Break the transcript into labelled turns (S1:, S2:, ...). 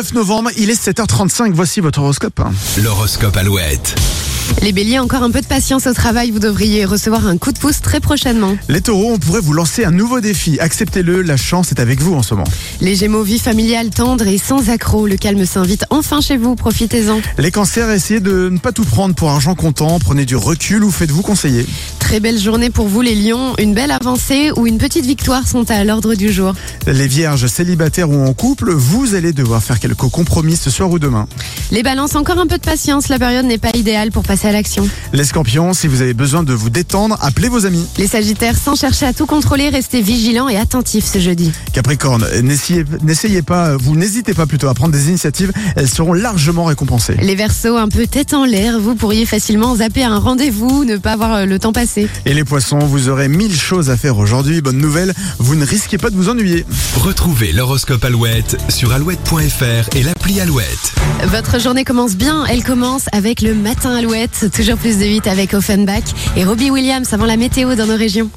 S1: 9 novembre, il est 7h35, voici votre horoscope.
S2: L'horoscope Alouette.
S3: Les béliers, encore un peu de patience au travail, vous devriez recevoir un coup de pouce très prochainement.
S1: Les taureaux, on pourrait vous lancer un nouveau défi. Acceptez-le, la chance est avec vous en ce moment.
S3: Les gémeaux, vie familiale tendre et sans accroc, le calme s'invite enfin chez vous, profitez-en.
S1: Les cancers, essayez de ne pas tout prendre pour argent comptant, prenez du recul ou faites-vous conseiller.
S3: Très belle journée pour vous les lions, une belle avancée ou une petite victoire sont à l'ordre du jour.
S1: Les vierges, célibataires ou en couple, vous allez devoir faire quelques compromis ce soir ou demain.
S3: Les balances, encore un peu de patience, la période n'est pas idéale pour passer à l'action.
S1: Les scorpions, si vous avez besoin de vous détendre, appelez vos amis.
S3: Les sagittaires, sans chercher à tout contrôler, restez vigilants et attentifs ce jeudi.
S1: Capricorne, n'essayez n'essayez pas, vous n'hésitez pas plutôt à prendre des initiatives, elles seront largement récompensées.
S3: Les versos, un peu tête en l'air, vous pourriez facilement zapper un rendez-vous, ne pas voir euh, le temps passer.
S1: Et les poissons, vous aurez mille choses à faire aujourd'hui, bonne nouvelle, vous ne risquez pas de vous ennuyer.
S2: Retrouvez l'horoscope Alouette sur alouette.fr et l'appli Alouette.
S3: Votre journée commence bien, elle commence avec le matin Alouette, toujours plus de 8 avec Offenbach et Robbie Williams avant la météo dans nos régions.